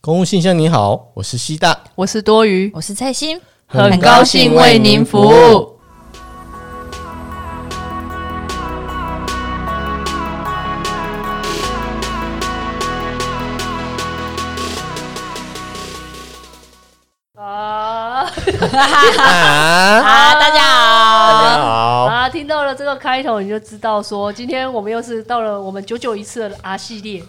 公务信箱，你好，我是西大，我是多余，我是蔡心。很高兴为您服务。啊啊！啊，大家大好，家好，啊！听到了这个开头，你就知道说，今天我们又是到了我们九九一次的 R 系列。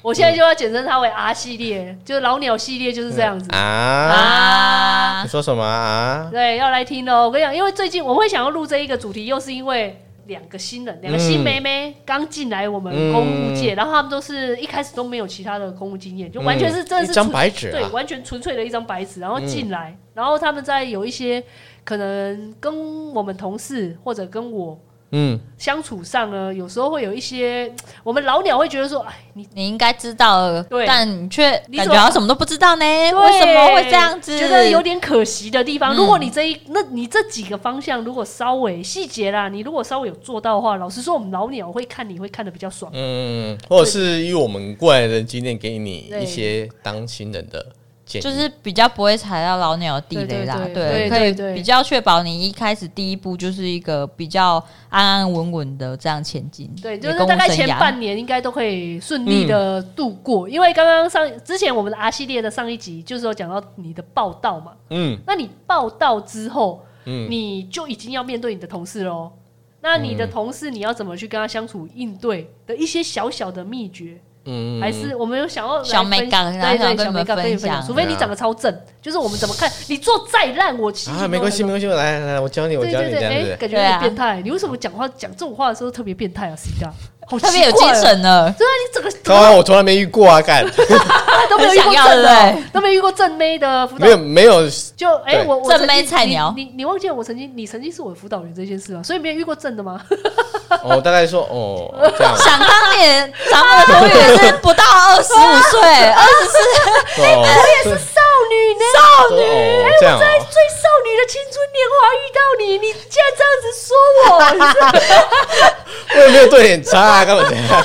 我现在就要简称它为 R 系列，就是老鸟系列就是这样子。啊！啊你，说什么啊？对，要来听喽！我跟你讲，因为最近我会想要录这一个主题，又是因为两个新嗯人，两个新妹妹刚进来我们公务界，然后他们都是一开始都没有其他的公务经验，就完全是真的啊嗯一是张纯白纸对，啊！嗯完全纯粹的一张白纸，然后进来，然后他们在有一些可能跟我们同事或者跟我嗯，相处上呢，有时候会有一些我们老鸟会觉得说，哎，你你应该知道了，对但你却你感怎觉么好像什么都不知道呢？对为什么会这样子？觉得有点可惜的地方。嗯如果你这一，那你这几个方向如果稍微细节啦，你如果稍微有做到的话，老实说，我们老鸟会看你会看的比较爽。嗯，或者是以我们过来的经验，给你对一些当新人的建议。就是比较不会踩到老鸟的地雷啦，对对对可对对以比较确保你一开始第一步就是一个比较安安稳稳的这样前进，对，你就是的公务大概生前涯半年应该都可以顺利的度过，因为刚刚上之前我们的 R 系列的上一集就是有讲到你的报道嘛，嗯那你报道之后，嗯你就已经要面对你的同事喽。那你嗯的同事，你要怎么去跟他相处应对的一些小小的秘诀，嗯，还是我们有想要来小分 mega，然后对对，想跟小你们 mega 跟你分分享享，除非啊你长得超正，就是我们怎么看你做再烂，我其实啊，没关系，没关系，我来来来，我教你，我对教对你这对，样哎，子。感觉对有点啊变态，你为什么讲话讲这种话的时候特别变态啊？Sika，好奇 特别有精怪哦，神了，对啊，你整个刚刚我从来没遇过啊，干都没有遇过很想要正对不的，都没有遇过正妹的辅导没有没有，哦就哎、对我我正曾妹经菜你鸟你你忘记了我曾经你曾经是我的辅导员这件事啊，所以没有遇过正的 吗？我大概说哦这样想当年，咱们的同也是不到二十五 岁，二十四哦，我也是少女呢，女，哦这样哦最少女的青春年华遇到你，你竟然这样子说 我，你是我也没有对脸差啊，干嘛这样？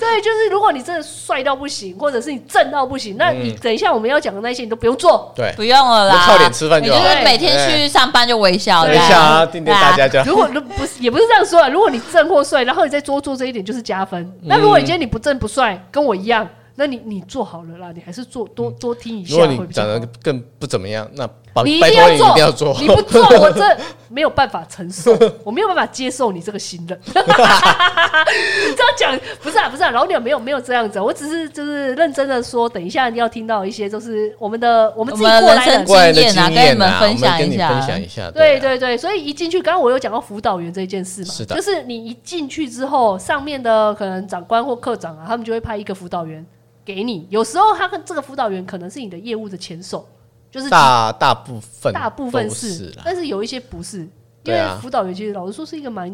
对，就是如果你真的帅到不行，或者是你正到不行，那嗯你等一下我们要讲的那些你都不用做。对，不用了我啦，靠脸吃饭就好你就是每天去上班就微笑，等这一样下啊，定点大家对啊这样。如果如不是也不是这样说啊，如果你正或帅，然后你再多做这一点就是加分。那嗯如果你今天你不正不帅，跟我一样，那你你做好了啦，你还是做多多听一嗯下如果会你比较长好。得更不怎么样，那拜你一拜定托你一要做，定要做。你不 做，我这没有办法承受，我没有办法接受你这个新人。 这样讲不是啊，不是啊，老鸟没有没有这样子啊，我只是就是认真的说，等一下你要听到一些就是我们的我们我自己们过人来生人。过来的经验啊经跟你验们啊，我分们享跟一你下分享一下。对对啊，对对，所以一进去，刚刚我有讲到辅导员这件事嘛，是的就是你一进去之后，上面的可能长官或科长啊，他们就会派一个辅导员给你。有时候他跟这个辅导员可能是你的业务的前手，就是大大部分大部分都是，是啦。但是有一些不是，因对为啊辅导员其实老实说是一个蛮，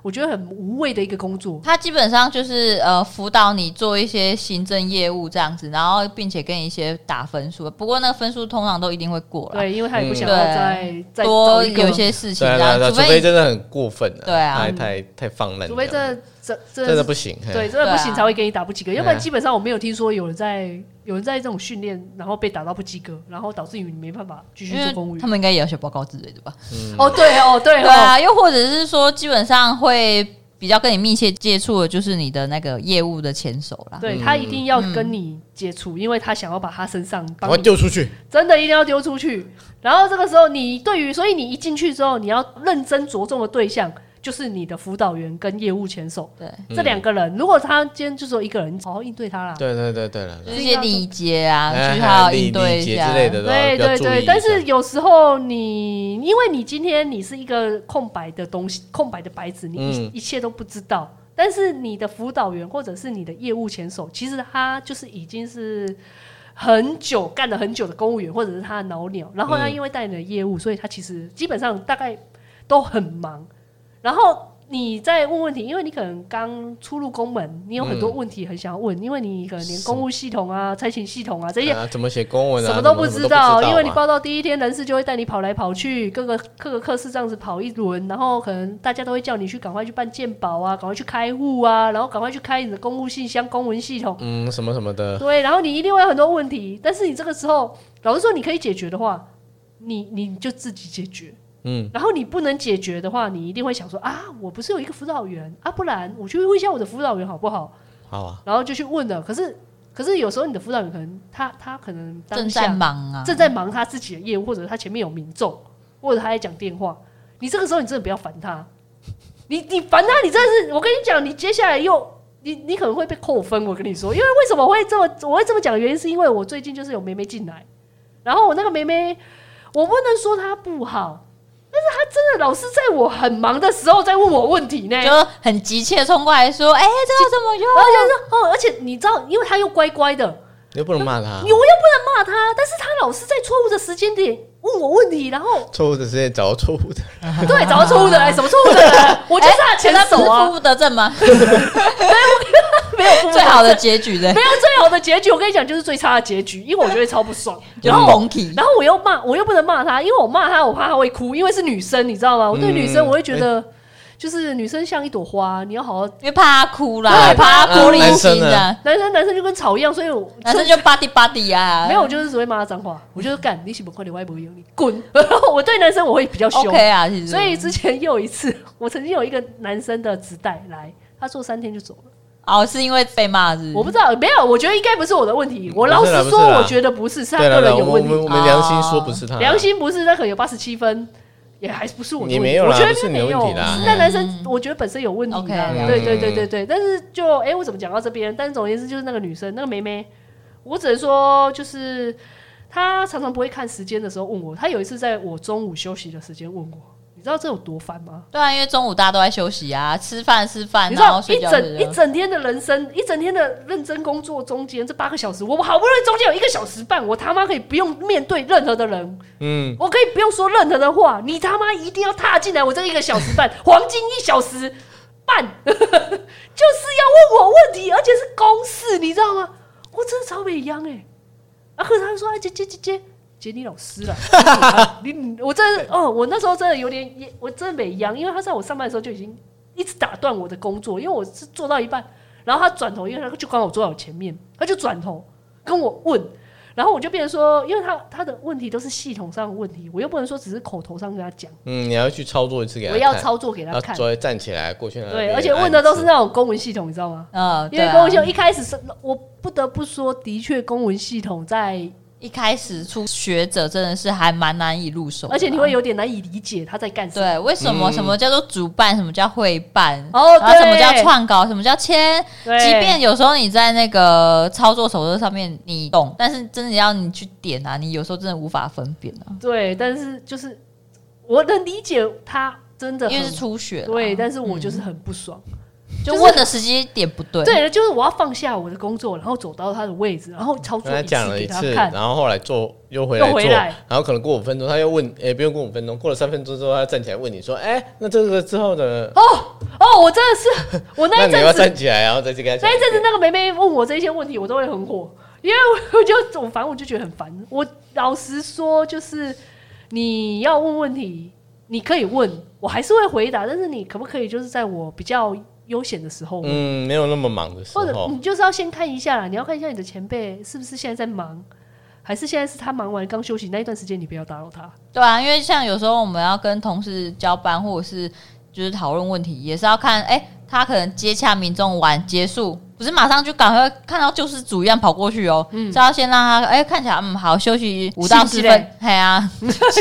我觉得很无谓的一个工作。他基本上就是呃辅导你做一些行政业务这样子，然后并且跟你一些打分数，不过那个分数通常都一定会过了，对，因为他也不想嗯要对再再找多一个有一，些事情对啊对啊，这对啊样，除非哎你真的很过分了，对啊太太太放任了，除非真的真真的是不行。嘿对，真的不行对啊才会给你打不及格，要不对啊然基本上我没有听说有人在有人在这种训练，然后被打到不及格，然后导致于你没办法继续因做公务为他员。们应该也要写报告之类的吧？哦，对哦，对对哦，啊，又或者是说，基本上会比较跟你密切接触的，就是你的那个业务的前手啦。对他一定要嗯跟你接触，因为他想要把他身上赶帮快你丢出去。真的一定要丢出去。然后这个时候，你对于，所以你一进去之后，你要认真着重的对象就是你的辅导员跟业务前手对，这两个人。如果他今天就只有一个人，好好应对他啦。对对对对了，就是一些礼节啊，哎需要还有应对礼一节下之类的都要，对都要对注意一对，下但是有时候你，因为你今天你是一个空白的东西，空白的白纸，你一、嗯一切都不知道。但是你的辅导员或者是你的业务前手，其实他就是已经是很久干了很久的公务员，或者是他的老鸟。然后他嗯因为带你的业务，所以他其实基本上大概都很忙。然后你在问问题，因为你可能刚出入公门，你有很多嗯问题很想要问，因为你可能连是公务系统啊、差勤系统啊这些啊，怎么写公文啊，什么么都不不知道，因为你嘛报到第一天，人事就会带你跑来跑去，各个各个科室这样子跑一轮，然后可能大家都会叫你去赶快去办健保啊，赶快去开户啊，然后赶快去开你的公务信箱、公文系统，嗯什么什么的，对，然后你一定会有很多问题，但是你这个时候，老实说，你可以解决的话，你你就自己解决。嗯，然后你不能解决的话，你一定会想说啊，我不是有一个辅导员啊，不然我去问一下我的辅导员好不好？好啊，然后就去问了。可是可是有时候你的辅导员可能他他可能当正下在忙啊，正在忙他自己的业务，或者他前面有民众，或者他在讲电话，你这个时候你真的不要烦他，你你烦他，你真的是，我跟你讲，你接下来又你你可能会被扣分，我跟你说，因为为什么我会这么我会这么讲的原因，是因为我最近就是有妹妹进来，然后我那个妹妹，我不能说她不好。但是她真的老是在我很忙的时候在问我问题呢，就很急切冲过来说：“哎、这要怎么用？”然后就说哦，而且你知道，因为她又乖乖的，你又不能骂他啊你，我又不能骂她，但是她老是在错误的时间点问我问题，然后错误的时间找到错误的，对，找到错 误的哎人，什么错误的哎人？我就是他的前他不手是负啊，负得正吗？ 没有负最好的结 局的没，有最好的结局。我跟你讲，就是最差的结局，因为我觉得超不 爽。就然后我，蒙体。然后我又骂，我又不能骂他，因为我骂他，我怕他会哭，因为是女生，你知道吗？我对女生，嗯我会觉得。哎就是女生像一朵花，你要好好。因为怕他哭啦，对怕他孤立男生啊型呢的，男生男生就跟草一样，所以我男生就 buddy buddy 啊，没有，我就是只会骂他脏 话。我就是干，你喜不快点，我也不会有你滚。 然后我对男生我会比较凶。 OK 啊，其实所以之前又有一次，我曾经有一个男生的直带来，他做三天就走了。哦是因为被骂是不是，我不知道，没有，我觉得应该不是我的问题。嗯不我是老啦实不是说，啦我觉得不是，是他对个了，人我有们问我们题。哦我们良心说不是他，良心不是，那可能有八十七分，也还是不是我的问题。你没有啦我觉得不是你的没有问题啦是那男生，我觉得本身有问题啦。 OK，对嗯对对对对，但是就哎，我怎么讲到这边？但总而言之，就是那个女生，那个梅梅，我只能说就是。她常常不会看时间的时候问我，她有一次在我中午休息的时间问我，你知道这有多烦吗？对啊，因为中午大家都在休息啊，吃饭吃饭，你知然道后睡一觉整睡一觉。整天的人生，一整天的认真工作中间这八个小时，我好不容易中间有一个小时半，我他妈可以不用面对任何的人，嗯，我可以不用说任何的话，你他妈一定要踏进来我这一个小时半，黄金一小时半， 就是要问我问题，而且是公事，你知道吗？我真的超美央哎、啊，可是他就说哎姐姐姐姐姐你老师了，你你我真的哦，我那时候真的有点也我真的美央，因为他在我上班的时候就已经一直打断我的工作，因为我是做到一半，然后他转头，因为他就刚好坐在我前面，他就转头跟我问，然后我就变成说，因为他他的问题都是系统上的问题，我又不能说只是口头上跟他讲，嗯，你要去操作一次给他我看，要操作给他然看后，稍微站起来过去那边对，而且问的都是按一次那种公文系统，你知道吗？嗯，因为对公啊文系统一开始是，我不得不说，的确公文系统在，一开始初学者真的是还蛮难以入手的啊，而且你会有点难以理解他在干什么。对为什么嗯什么叫做主办，什么叫会办，哦然后什么对叫创稿，什么叫签，对即便有时候你在那个操作手册上面你懂，但是真的要你去点啊，你有时候真的无法分辨啊，对，但是就是我能理解他真的因为很是初学啦。对，但是我嗯就是很不爽。啊就就是问的时机点不对。，对，就是我要放下我的工作，然后走到他的位置，然后操作跟他一次讲了给一他次，啊看。然后后来做又回来又做，回来然后可能过五分钟，他又问，哎、不用过五分钟，过了三分钟之后，他站起来问你说，哎、那这个之后的，哦，我真 的是，我那那一你要阵子站起来，然后再去跟他讲那一阵子遍那个梅梅问我这些问题，我都会很火，因为我就我反正我就觉得很烦。我老实说，就是你要问问题，你可以问，我还是会回答，但是你可不可以就是在我比较悠闲的时候问，嗯，没有那么忙的时或者嗯候，你就是要先看一下啦，你要看一下你的前辈是不是现在在忙，还是现在是他忙完刚休息那一段时间，你不要打扰他。 对啊，因为像有时候我们要跟同事交班，或者是就是讨论问题，也是要看，哎、他可能接洽民众完结束，不是马上就赶快看到救世主一样跑过去哦，是要先让他，哎、看起来嗯好休息五到信十息分，嘿啊，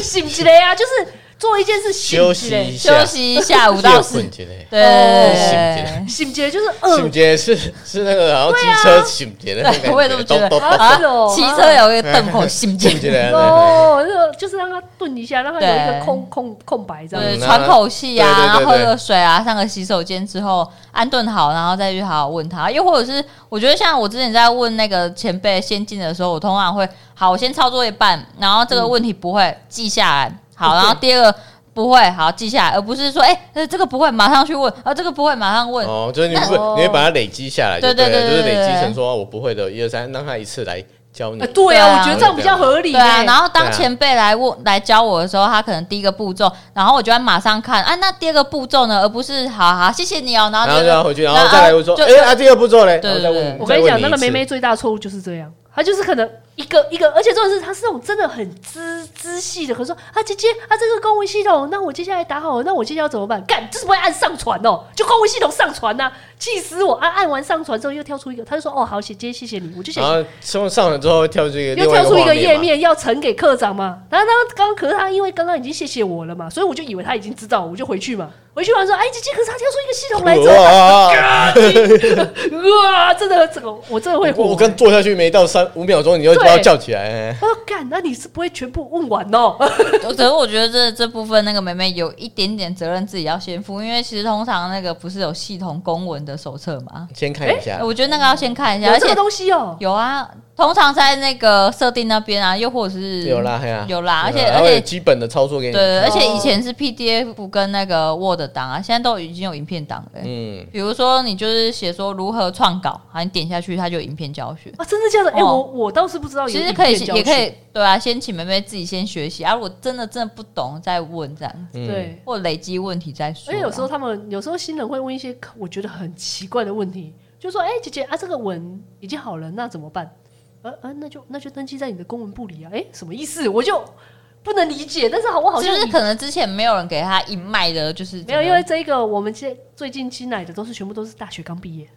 信不信的呀？就是做一件事信休不息信嘞，一下休，息一下五到有十困，起嗯来。对哦对信不信就是醒嗯，杰是是那个好像机车醒杰的那种啊 对，感我也这么觉咚得咚咚 啊是哦，骑车有一个洞口心醒杰结，的，啊哦，那个就是让他顿一下，让他有一个对空空空白这样子。对，嗯喘口气啊，对对对然后喝对个水啊，上个洗手间之后安顿好，然后再去好好问他。又或者是，我觉得像我之前在问那个前辈先进的时候，我通常会好，我先操作一半，然后这个问题不会记下来，好，嗯然后第二个。不会，好记下来，而不是说，哎、呃这个不会，马上去问，啊，这个不会，马上问。哦，就是你会哦你会把它累积下来就对对对了，对就是累对对积对成说我不会的，一二三，让他一次来教你呃。对啊，对啊我觉得这样比较合理、对啊，然后后对当啊前辈来问、来教我的时候，他可能第一个步骤，然后我就会马上看，啊，那第二个步骤呢？而不是，好好谢谢你哦，然后然后就就要回去，然后那再来我说，就哎，啊，第二步骤嘞，对然后再对问，对我跟你再问讲，那个一梅次梅最大错误就是这样，她就是可能一个一个，而且重点是她是那种真的很知知细的，可是说啊姐姐啊这个公文系统，那我接下来打好了，那我接下来要怎么办？干，就是不会按上传哦，就公文系统上传呐、气死我！啊，按完上传之后又跳出一个，她就说哦好，姐姐谢谢你，我就写然后上上了之后跳出一个又呃另外跳出一画个页嘛，面要呈给课长嘛，然后他刚可是他因为刚刚已经谢谢我了嘛，所以我就以为他已经知道，我就回去嘛，回去完说，哎，姐姐，可是他跳出一个系统来着，哦 哇！哇，真的这个我真的会火，我我刚坐下去没到三五秒钟，你就对把我叫起来。哎他说呃干，那你是不会全部问完 哦，可是我觉得这这部分那个梅梅有一点点责任自己要先负，因为其实通常那个不是有系统公文的手册嘛，先看一下，哎我觉得那个要先看一下，有而这且个东西哦，有啊，通常在那个设定那边啊，又或者是有啦，嘿啊有啦，而且对啊而它会有且基本的操作给对你。对，而且哦以前是 PDF 跟那个 Word 档啊，现在都已经有影片档了欸、嗯，比如说你就是写说如何创稿，好，你点下去它就有影片教学。啊，真的假的？哎，哦我我倒是不知哦道有其影实片可教以学，先也可以对啊，先请妹妹自己先学习啊。如果真的真的不懂再问这样，嗯，对。或累积问题再说而啦。且有时候他们有时候新人会问一些我觉得很奇怪的问题，就说：“哎、姐姐啊，这个文已经好了，那怎么办？”呃呃，那就那就登记在你的公文部里啊。哎、什么意思？我就不能理解。但是好，我好像哦就是理可能之前没有人给他一脉的，就是没有，这个因为这一个我们现最近新来的都是全部都是大学刚毕业，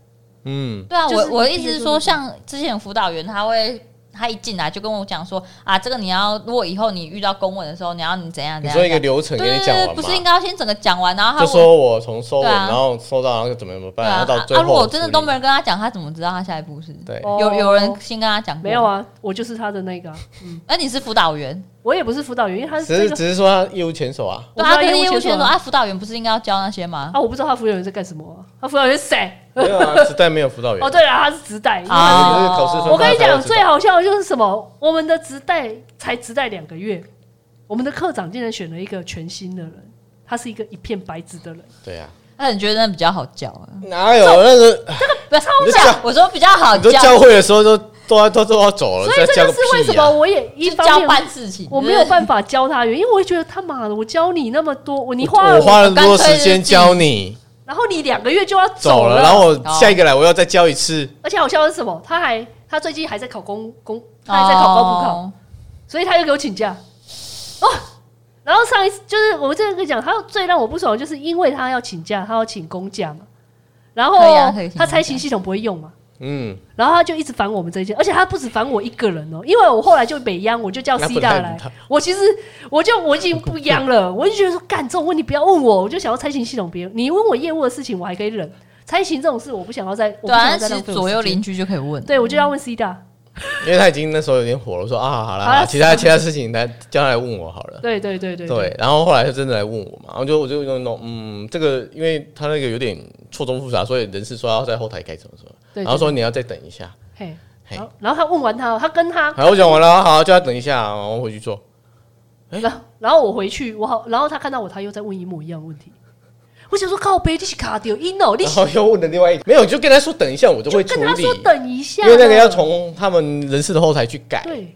嗯，对啊，就我是我毕一业直就说，是像之前辅导员他会。他一进来就跟我讲说啊，这个你要如果以后你遇到公文的时候，你要你怎样你怎样，说一个怎样流程给对你讲完对对，不嘛是，应该要先整个讲完，然后他就问说我从收文，对啊然后收到，然后就怎么怎么对办，然啊后到最啊，后啊如果真的处理都没人跟他讲，他怎么知道他下一步是？对，哦有有人先跟他讲过没有？啊，我就是他的那个啊、嗯，那你是辅导员，我也不是辅导员，因为他是只呃这是个只是说他业务前手啊，我不对啊，知道跟业务业务先圈生说啊啊，辅导员不是应该要教那些吗？啊，我不知道他辅导员在干什么啊、他辅导员是谁？没有啊，时代没有辅导员哦，，对了，他是直代，因为他啊就是是考试分发我跟你才会讲，知最道好笑的就是什么？我们的职代才职代两个月，我们的课长竟然选了一个全新的人，他是一个一片白纸的人，对啊，他很觉得那比较好教啊，哪有那个啊不是你就我教讲我说比较好你都教，教会的时候都都都都要走了，所再以这哦教就个是为什屁啊么呀！我也一就方教面办事情，我没有办法教他，因为我会觉得他妈的，我教你那么多，我你花我了，花了那我么多干脆时就间自己教你然后你两个月就要走了，了，然后我下一个来我要再教一次，而且好笑的是什么？他还他最近还在考公哦公，他还在考高补考。哦所以他就给我请假。哦，然后上一次就是我这个讲，他最让我不爽的就是因为他要请假，他要请公假嘛，然后可以啊可以请他拆公勤假系统不会用嘛。嗯，然后他就一直烦我们这一件，而且他不止烦我一个人哦，因为我后来就北央，我就叫那 C 不大赖来他，我其实我就我已经不央了，我就觉得说干这种问题不要问我，我就想要拆勤系统别人，你问我业务的事情我还可以忍，拆勤这种事我不想要再，我不对啊，想要那再其浪实费我左右时间邻，居就可以问，对我就要问 C 大，因为他已经那时候有点火了，我说啊，好了，好好啦啦其他其他事情来叫他来问我好了。对对对对对，然后后来就真的来问我嘛，然后就我就弄弄，嗯，这个因为他那个有点错综复杂，所以人事说要在后台改什么什么，对然后说你要再等一下，嘿，嘿然后然后他问完他，他跟他然后我讲完了，好，叫他等一下，然后回去做，然后然后我回去，我好，然后他看到我，他又在问一模一样的问题。我想说靠背，你是卡掉音哦，你然是后又问了另外一个，没有，就跟他说等一下，我就就会跟处他理说，等一下，哦因为那个要从他们人事的后台去改。对，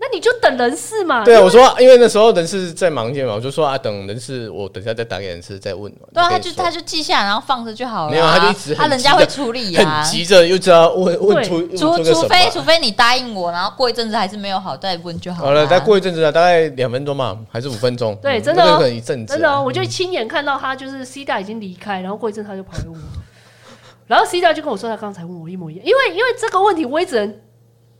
那你就等人事嘛。对啊，因为我说，因为那时候人事在忙一件嘛，我就说啊，等人事，我等一下再打给人事再问嘛。对啊，他跟就你说他就记下来，然后放着就好了啊。没有他就一直很他人急家着会处理呀。很急着，又知道问问对出问除出个什除么非啊。除非你答应我，然后过一阵子还是没有好，再问就好好了。了，再过一阵子啊，大概两分钟嘛，还是五分钟？对嗯真的哦那个可能一阵子啊。真的哦，我就亲眼看到他就是 C 大已经离开，然后过一阵他就跑来问我，然后 C 大就跟我说他刚才问我一模一样，因为因为这个问题我也只能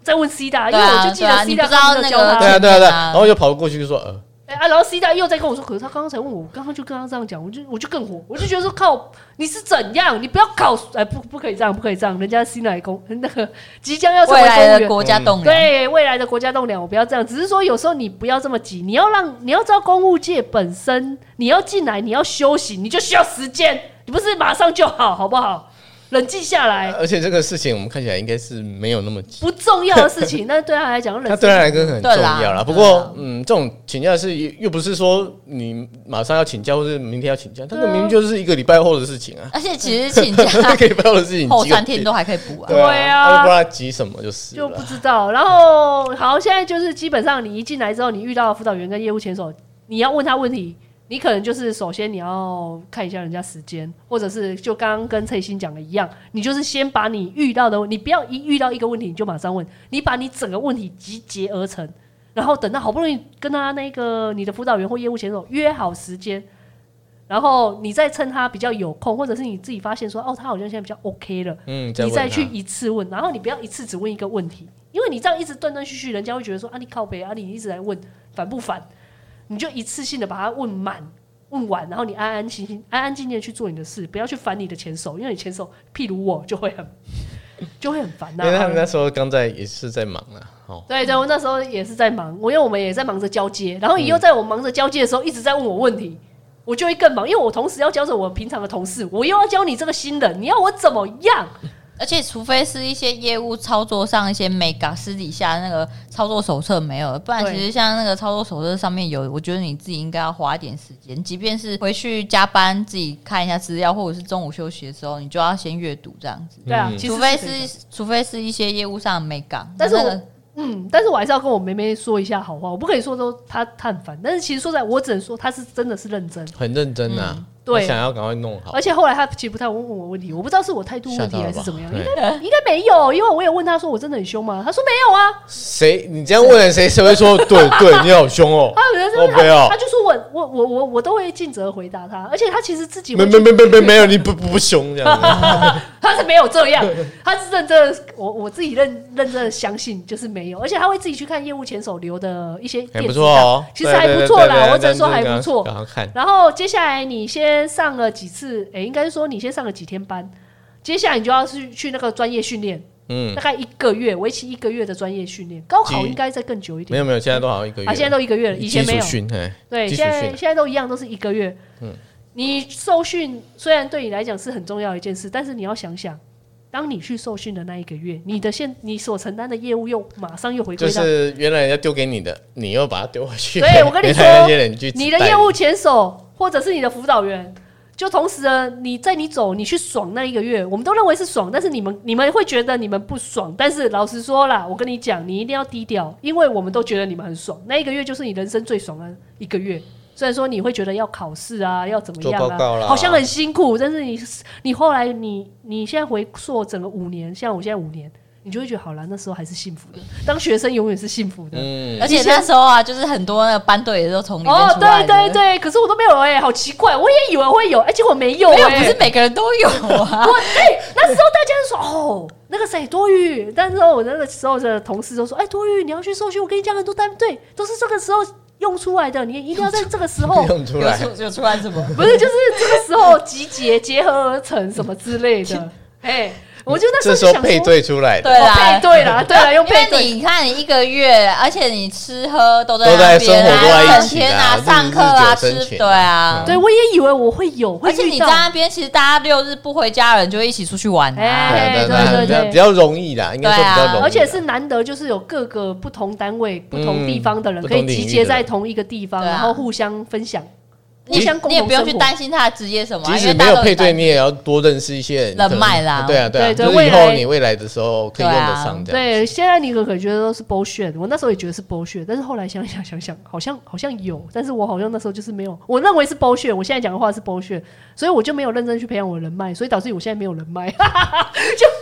再问 C 大，因为对啊我就记对得啊 C 你大不知道刚才在教那个他对啊，对啊，对啊，啊然后就跑过去就说，呃，哎啊，然后 C 大又在跟我说，可是他刚刚才问我，我刚刚就跟他这样讲，我就我就更火，我就觉得说靠，你是怎样？你不要搞，哎，不不可以这样，不可以这样，人家 C 奶公那个即将要成为公务未来的员。嗯国家栋梁，对未来的国家栋梁，我不要这样。只是说，有时候你不要这么急，你要让你要知道公务界本身，你要进来，你要休息，你就需要时间，你不是马上就好，好不好？冷静下来，而且这个事情我们看起来应该是没有那么急，不重要的事情， 但是对他来讲，它冷对静他来说很重对要啦。啦不对过啦，嗯，这种请假是又又不是说你马上要请假，或是明天要请假，它明明就是一个礼拜后的事情啊，而且其实 请假一个礼拜后的事情，后急个三天屁都还可以补啊。对对啊，啊他就不知道他急什么就是就不了。知道。然后好，现在就是基本上你一进来之后，你遇到辅导员跟业务前手，你要问他问题，你可能就是首先你要看一下人家时间，或者是就刚刚跟翠欣讲的一样，你就是先把你遇到的，你不要一遇到一个问题你就马上问，你把你整个问题集结而成，然后等到好不容易跟他那个你的辅导员或业务前手约好时间。然后你再趁他比较有空，或者是你自己发现说，哦，他好像现在比较 OK 了，嗯，你问再他去一次问，然后你不要一次只问一个问题，因为你这样一直断断续续，人家会觉得说啊你靠北啊你一直来问烦不烦？你就一次性的把它问满问完，然后你安安心心安安静静地去做你的事，不要去烦你的前手，因为你前手譬如我就会很 就会很烦呐、因为他们那啊。时候刚在也是在忙啦，哦，对对，我那时候也是在忙，我因为我们也在忙着交接，然后你又在我忙着交接的时候一直在问我问题。我就会更忙，因为我同时要教着我平常的同事，我又要教你这个新人，你要我怎么样？而且除非是一些业务操作上一些美感，私底下那个操作手册没有，不然对其实像那个操作手册上面有，我觉得你自己应该要花一点时间，即便是回去加班自己看一下资料，或者是中午休息的时候，你就要先阅读这样子。对啊，嗯其实除非这样是除非是一些业务上的美感，但是那我个嗯，但是我还是要跟我妹妹说一下好话，我不可以说都她她很烦，但是其实说实在，我只能说她是真的是认真，很认真呐，对他想要赶快弄好而，且后来她其实不太问我问题，我不知道是我态度吓问题到还了是吧？怎么样，应对该应该没有，因为我有问她说我真的很凶吗？她说没有啊，谁你这样问人，谁谁会说对对，你好凶哦，她有人哦说没有她就说我我我我我都会尽责回答她，而且她其实自己没没会没没没没有，你不不不凶这样子，他是没有这样，他是认真的，我我自己认认真的相信就是没有，而且他会自己去看业务前手留的一些还电不子错档，哦，其实还不错啦，我只能说还不错。然后看，然后接下来你先上了几次，诶，应该是说你先上了几天班，接下来你就要去去那个专业训练，嗯大，概一个月，为期一个月的专业训练。高考几应该再更久没一点，有没有，现在都好像一个月了，啊，现在都一个月了，以前没有基础。训，哎，对，基础现在训嗯现在都一样，都是一个月。你受训虽然对你来讲是很重要的一件事，但是你要想想，当你去受训的那一个月，你的现你所承担的业务又马上又回就归到是原来人家丢给你的，你又把它丢回去，对我跟 你原说来那些人去你的带业务前手或者是你的辅导员，就同时呢，你在你走你去爽那一个月，我们都认为是爽，但是你们你们会觉得你们不爽，但是老实说啦，我跟你讲，你一定要低调，因为我们都觉得你们很爽，那一个月就是你人生最爽的一个月。虽然说你会觉得要考试啊，要怎么样做报告啊，啦好像很辛苦，但是你你后来你你现在回溯整个五年，像我现在五年，你就会觉得好啦，那时候还是幸福的。当学生永远是幸福的，嗯，，而且那时候啊，就是很多那个班队也都从里面哦，出来对的对，对，可是我都没有哎、好奇怪，我也以为会有，哎、结果没有没有哎、不是每个人都有啊。我哎、那时候大家就说哦，那个谁多余，但是我那个时候的同事都说，哎、多余你要去受训，我跟你讲很多单对都是这个时候用出来的，你一定要在这个时 候用 出有来，出有出来什么？不是就是这个时候集结结合而成什么之类 的，哎、我就那时这候时就候想配说对出来的，对哦啦配，对啦，对啦，用因配对为你看，你一个月，而且你吃喝都在都在那边生活都在啊，一整起天啊啊，日上课啊，日久生吃情对啊，对我也以为我会有，会而且遇你在到那边，其实大家六日不回家的人就会一起出去玩啊。哎对对对比较对比较容易啦，应该说比较容易啦，而且是难得，就是有各个不同单位、不同地方的人嗯可以集结在同一个地方，不同领域的然后互相分享、互啊你相共同你也不用去生活担心他的职业什么啊，即因使为没大家有都配对，担你也要多认识一些人人脉啦可能对啊，对啊，对对就是未以来后你未来的时候可以用得上这样。对，现在你可能觉得都是 bullshit，我那时候也觉得是 bullshit，但是后来想想想想，好像好像有，但是我好像那时候就是没有，我认为是 bullshit，我现在讲的话是 bullshit，所以我就没有认真去培养我的人脉，所以导致我现在没有人脉，啊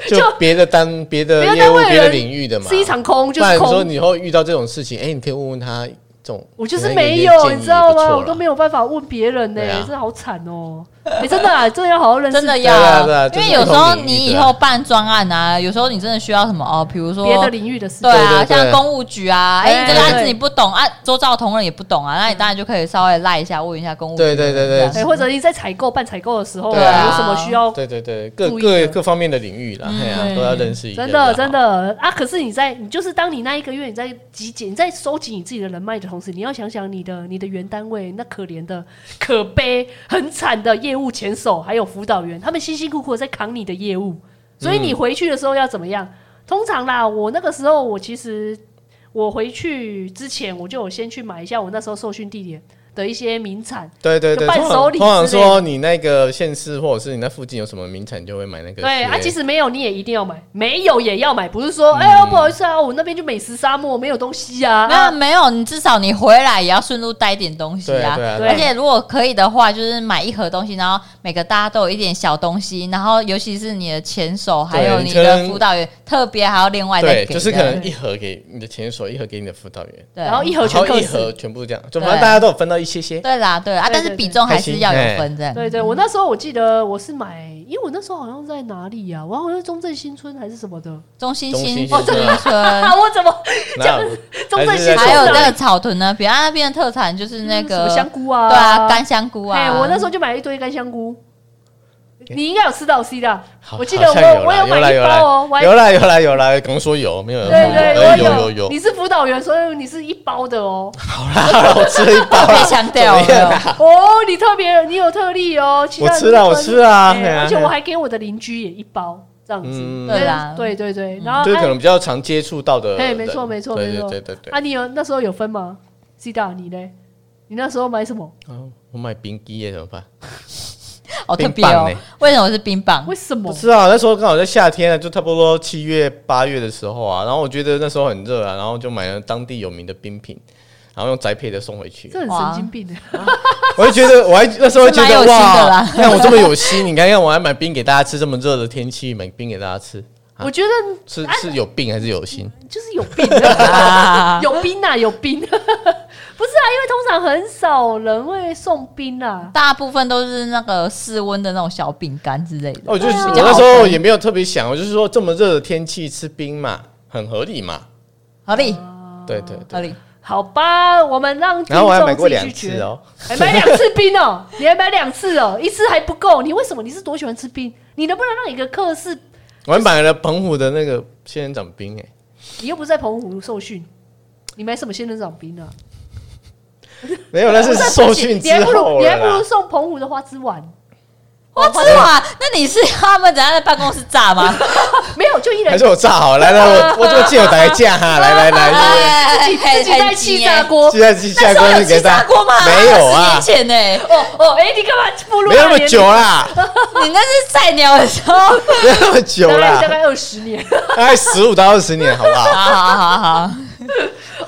就就别的单、别的别的业务单、位别的人领域的嘛，是一场空，不就然是你说空。你以后遇到这种事情，哎、你可以问问他这种。我就是给他一没些有，建议你知道也不错吗？啦我都没有办法问别人呢、对啊真的好惨哦、哎，真的、啊，真的要好好认识真的对啊对要啊，因这为是有不时同候领域你的以啊后办专案啊，有时候你真的需要什么哦，比如说别的领域的事情对。啊，对对像对公务局啊，哎、哎你这个案子对你不懂啊，周遭的同仁也不懂啊，那你当然就可以稍微赖一下，问一下公务局对的人。对对对这样哎、或者你在采购办采购的时候，对啊有什么需要？对对对，各注意各的各方面的领域啦，哎呀、对都要认识一下。真的真，的啊！可是你在你就是当你那一个月你在集结你在收集你自己的人脉的同时，你要想想你的你的原单位那可怜的、可悲、很惨的业业务前手还有辅导员，他们辛辛苦苦地在扛你的业务，所以你嗯回去的时候要怎么样？通常啦，我那个时候我其实我回去之前，我就有先去买一下我那时候受训地点的一些名产，对对对，就伴通手常礼通常之类的说你那个县市或者是你那附近有什么名产，你就会买那个。对啊，即使没有你也一定要买，没有也要买，不是说哎呀嗯不好意思啊，我那边就美食沙漠没有东西啊，那啊 没有，你至少你回来也要顺路带一点东西对啊。啊对啊对而且如果可以的话，就是买一盒东西，然后每个大家都有一点小东西，然后尤其是你的前手还有你可的能辅导员，特别还要另外再对，给的。就是可能一盒给你的前手，一盒给你的辅导员，对，然后一盒然全后克一死盒。全部这样，就对反正大家都有分到一些些。对啦，对啊，对但是比重还是要有分这样。哎对对，我那时候我记得我是买，因为我那时候好像在哪里呀、啊？我好像中正新村还是什么的。中心中心新新村啊 村，啊，我怎么哪有中正还是在新村还有哪里那个草屯呢，比安那边的特产就是那 什个么香菇啊？对啊，干香菇哎、啊。我 那时候就买了一堆干香菇。你应该有吃到 C 的，啊好我记得好像我我有有买啦一有包啦哦，我还有啦有啦有啦，刚说有没有？对哎对，有我有，你是辅导员，所以你是一包 的哦。我吃了一包特别啦，强 调有没啊有，哦，你特别，你有特例哦。其我他人吃啦都我吃啦哎嘿啊而且嘿啊我还给我的邻居也一包这样子。嗯对啦对对对，然后就是可哎能比较常接触到的人。嘿没错没错对没错对对对对。啊，你有那时候有分吗？C 大，你嘞？你那时候买什么？哦我买冰激耶怎么办？好特别冰棒哦欸。为什么是冰棒 为？什么啊不？知道，那时候刚好在夏天啊，就差不多七月、八月的时候啊，然后我觉得那时候很热啊，然后就买了当地有名的冰品，然后用宅配的送回去这。很神经病的。我就觉得，我还那时候会觉是蛮有得心的哇啦，看我这么有心，你看看我还买冰给大家吃，这么热的天气买冰给大家吃，我觉得是是有病还是有心？就是有病 啊，有病啊，有病！不是啊，因 为通常很少人会送冰啊。大部分都是那个室温的那种小饼干之类的。哦，哎就是我比较那好时候分也没有特别想，我就是说这么热的天气吃冰嘛，很合理嘛。合理哦对对对。合理，好吧，我们让呃听然后我还买众过自己两去次决。哦，还买两次冰哦，你还买两次哦，一次还不够，你为什么？你是多喜欢吃冰？你能不能让一个客是？我还买了澎湖的那个仙人掌冰，哎，你又不是在澎湖受训，你买什么仙人掌冰啊？没有，那是 受训你之还不如后你还了不如啦。送澎湖的花枝 丸，我知道啊。那你是他们等下在办公室炸吗？没有就一人还是我炸好了，来来，我我就借我打个架哈，来来 来，自自己在气炸。 锅。现在气下哎那时锅候有就给气大炸锅吗？家，没有啊，十年前呢，哦哦，哎、你干嘛步入没那那么年久啊 啦，你那是菜鸟的时候。好没那么久大概啦大，概二十年 大概十五到二十年，好不好？好好好，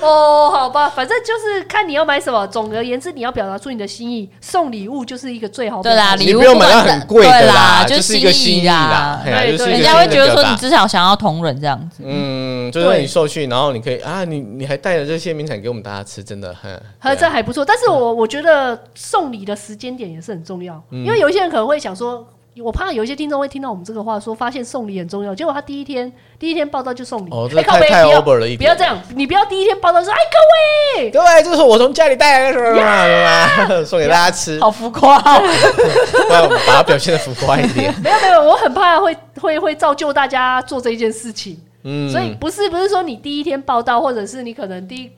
哦，好吧，反正就是看你要买什么。总而言之，你要表达出你的心意，送礼物就是一个最好表对达啦，的你礼物不用买到管很贵的对啦，啦，就是一个意意啦，嘿啊对就是对一个人家会心意觉得表说达你至少想要同人这样子。嗯，就是让你受训，然后你可以啊，你你还带了这些名产给我们大家吃，真的啊很和这还不错，但是我我觉得送礼的时间点也是很重要，嗯因为有一些人可能会想说，我怕有一些听众会听到我们这个话说，发现送礼很重要，结果他第一天第一天报道就送礼，哦这哎靠太北太不要 over 了一点不要这样，你不要第一天报道说，哎各位，各位，这是我从家里带来的什么什么什么， 送给大家吃，好浮夸、哦，不然我把它表现的浮夸一 点。没有没有，我很怕会会会造就大家做这一件事情，嗯，所以不是不是说你第一天报道，或者是你可能第一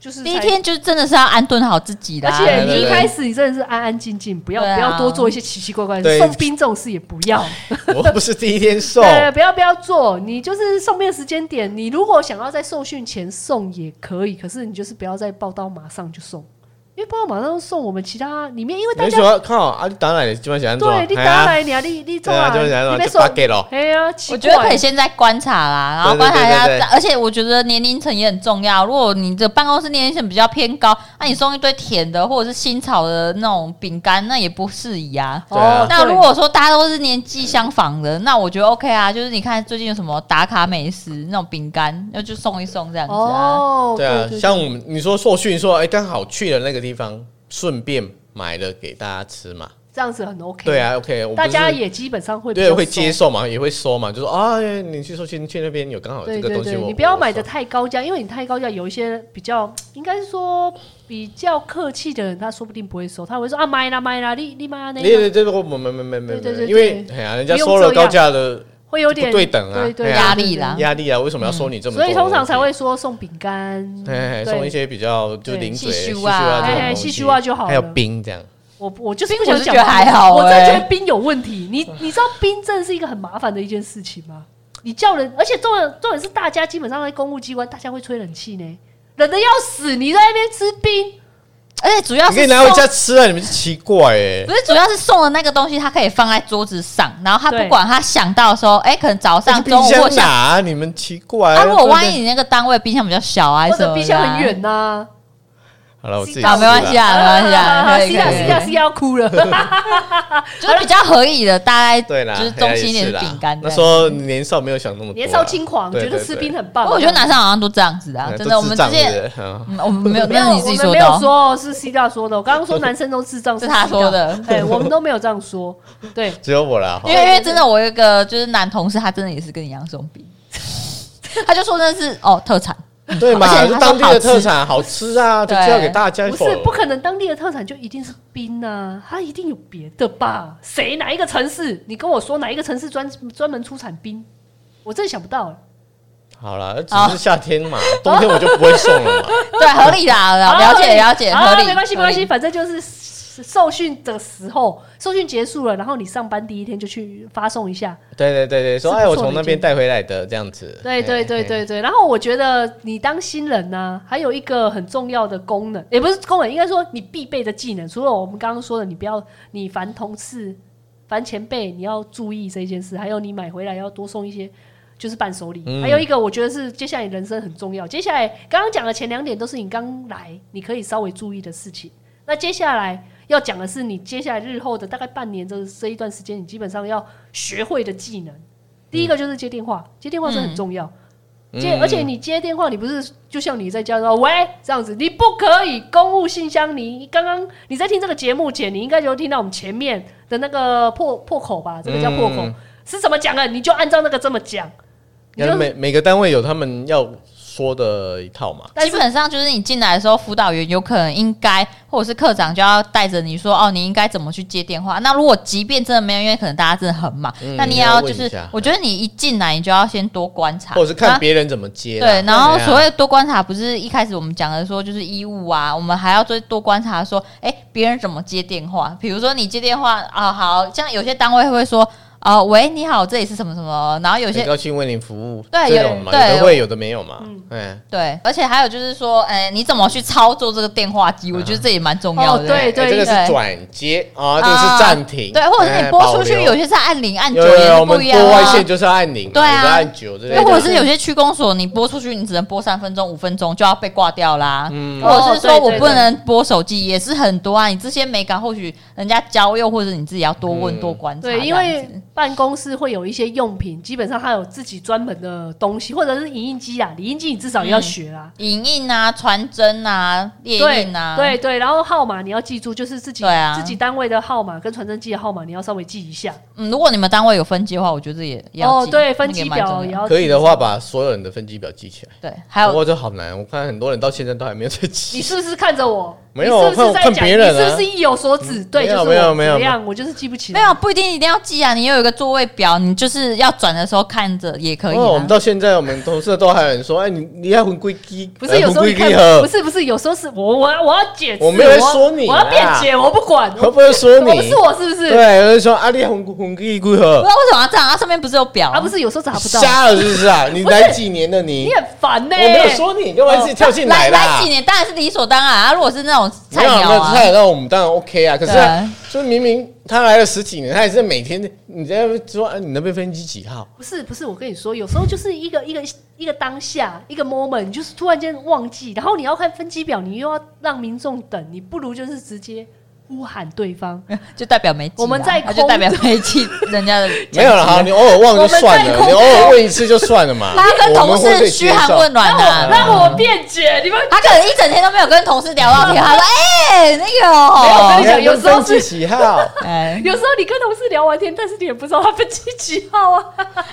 就是第一才天就真的是要安顿好自己啊啦。而且啊对你对一对开始你真的是安安静静，不要、对啊不要多做一些奇奇怪怪的对事，送冰这种事也不要。我不是第一天送，对，不要不要做，你就是送便时间点，你如果想要在受训前送也可以，可是你就是不要在报到马上就送，因为报到马上送，我们其他里面因为大你家说靠啊，你打哪里？基本喜欢做，对你哎打呀来你啊，你你做对啊，啊，基本喜欢你做，别就送八，给咯。哎呀，奇我觉得怪可以先在观察啦，然后对对观察一下，对对对而且我觉得年龄层也很重要。如果你的办公室年龄层比较偏高，那、你送一堆甜的或者是新炒的那种饼干，那也不适宜啊。对啊哦，那对如果说大家都是年纪相仿的，那我觉得 OK 啊。就是你看最近有什么打卡美食那种饼干，那就送一送这样子啊。哦，对啊，对像我们你说受训说，哎，刚好去了那个地方，顺便买了给大家吃嘛。这样子很 OK，对，啊，OK，我们大不是家也基本上会比对较会收接受嘛，也会收嘛，就说啊，你去受训去那边有刚好对这个对东西对，我，你不要买的。的太高价，因为你太高价，有一些比较应该是说比较客气的人，他说不定不会收，他会说啊买啦买啦，你你买啦啊那对个对对，我没没没没对对对没，因为哎呀，人家收了高价的会有点不对等啊对对对啊压力啦压力啊，为什么要收你这么多？嗯所以通常才会说送饼干，哎嗯对送一些比较就零嘴对西细须须啊啊这种哎东西，细须啊就好了还有冰这样，我我就是冰不想我是讲觉得话还好我真的欸觉得冰有问题。你你知道冰真的是一个很麻烦的一件事情吗？你叫人，而且重点重点是大家基本上在公务机关，大家会吹冷气呢，冷的要死，你在那边吃冰，而且主要你可以是拿回送家吃啊，你们奇怪哎、不是，主要是送的那个东西，它可以放在桌子上，然后他对不管他想到的时候，哎、可能早上、冰中午或箱下。拿，你们奇怪、啊，如果对不对万一你那个单位冰箱比较小啊，还或是什者么的啊冰箱很远呐、好了，我自己啊，没关系啊。啊，没关系啊， 可以西亚可以西可亚以西亚要哭了。就是比较合理的，大概对啦，啊哎就是中心一点是是啦饼干。那时候年少没有想那么多啦，啊年少轻狂，对觉得对吃对冰很棒。我觉得男生好像都这样子的啊，嗯真都的，我智们之障前是不是嗯嗯，我们没有，没有，那是你自己我说们的没有哦。说是 C 大说的。我刚刚说男生都智障，是他说 的是 C 大。哎，我们都没有这样说。对，只有我啦。哈因为因为真的，我有一个就是男同事，他真的也是跟你一样这种病， 他就说那是哦特产，对嘛，而且就他说当地的特产好吃啊，就对介绍给大家。不是不可能，当地的特产就一定是冰啊，它一定有别的吧？谁哪一个城市？你跟我说哪一个城市专专门出产冰？我真的想不到。欸好了，只是夏天嘛，冬天我就不会送了嘛。对，合理啦，了解了解，好合理，哦没关系没合关理系，反正就是受训的时候，受训结束了，然后你上班第一天就去发送一下。对对对对，说是不哎，我错的从那一边件带回来的这样子。对对对嘿，对对，然后我觉得你当新人呢、还有一个很重要的功能，也不是功能，应该说你必备的技能。除了我们刚刚说的，你不要你烦同事、烦前辈，你要注意这件事，还有你买回来要多送一些，就是伴手礼。嗯还有一个，我觉得是接下来人生很重要。接下来刚刚讲的前两点都是你刚来你可以稍微注意的事情。那接下来要讲的是你接下来日后的大概半年这这一段时间，你基本上要学会的技能。第一个就是接电话，接电话是很重要。嗯接，而且你接电话，你不是就像你在家说喂这样子，你不可以公务信箱。你刚刚你在听这个节目前，你应该就听到我们前面的那个破破口吧？这个叫破口、嗯是怎么讲的？啊你就按照那个这么讲。你那就每每个单位有他们要说的一套嘛。但基是本上就是你进来的时候，辅导员有可能应该，或者是课长就要带着你说，哦，你应该怎么去接电话。那如果即便真的没有，因为可能大家真的很忙，嗯那你也要要问就一是下，我觉得你一进来，你就要先多观察，或者是看别人怎啊么接啦。对，然后啊所谓多观察，不是一开始我们讲的说就是医务啊，我们还要多多观察说，哎、别人怎么接电话？比如说你接电话啊，好像有些单位会说，哦、喂，你好，这里是什么什么，然后有些很高兴为您服务，对这有种嘛，对有的会，有的没有嘛嗯。哎，对，而且还有就是说，哎、你怎么去操作这个电话嗯机？我觉得这也蛮重要的。哦对哎这个是对转接啊，这个是暂停，对，或者是你哎拨出去，保留有些是按零按九有有也有，是我不们一样多外啊线。就是按零嘛，对啊有的按九之类又的。或者是有些区公所，你拨出去，你只能拨三分钟、五分钟就要被挂掉啦。嗯或者是说哦对我对不对能拨手机，也是很多啊。你这些美感，或许人家交流，或者你自己要多问、嗯多观察这样对，子。因为办公室会有一些用品，基本上它有自己专门的东西，或者是影印机啊，影印机你至少也要学啊。影印啊、传真啊、列对印啊，对对，然后号码你要记住，就是自己、对啊自己单位的号码跟传真机的号码，你要稍微记一下。嗯，如果你们单位有分机的话，我觉得也也要哦，记对，分那个也级蛮重表也要要可以记的住话，把所有人的分级表记起来。对，还有不过这好难，我看很多人到现在都还没有在你记。是不是看着我？没有你是不是我看在我讲？看别人啊嗯你是不是意有所指？对，没就有是我没有没有怎么样，我就是记不起没来。有不一定一定要记啊，你有一个座位表，你就是要转的时候看着也可以、啊。哦，我们到现在，我们同事都还有人说：“哎，你你要魂归鸡，不是有时候你看鸡呵不，是不是有时候是我我要我要解释，我没有在说你啊我要辩解，我不管，会不会说我你？不是我是不是？对，有人说啊，你魂魂归归不呵知，道为什么要这样，它上面不是有表啊，不是有时候查不到，瞎了是不是 啊？你不是来几年了你你？很烦我呢。没有说你，干嘛自己跳进来哦啦几？年当然是理所当然啊。如果是那种没菜有，鸟那啊，菜鸟我们当然 OK 啊。可是啊就是明明他来了十几年，他也是每天你在那边说，哎，你那边分机几 号？不是不是，我跟你说，有时候就是一个一个一个当下一个 moment，你就是突然间忘记，然后你要看分机表，你又要让民众等，你不如就是直接呼喊对方。就代表没记啦。啊我们在它就代表没记人家的。 没有了哈，你偶尔忘就算我们在了，空你偶尔问一次就算了嘛。他跟我同们会事被嘘接寒受。问暖让我啊，让我辩解，你们他可能一整天都没有跟同事 聊到天，他说：“哎，那个我哦跟你讲有时候分机是几 号？哎有时候你跟同事聊完天，但是你也不知道他分机几号啊。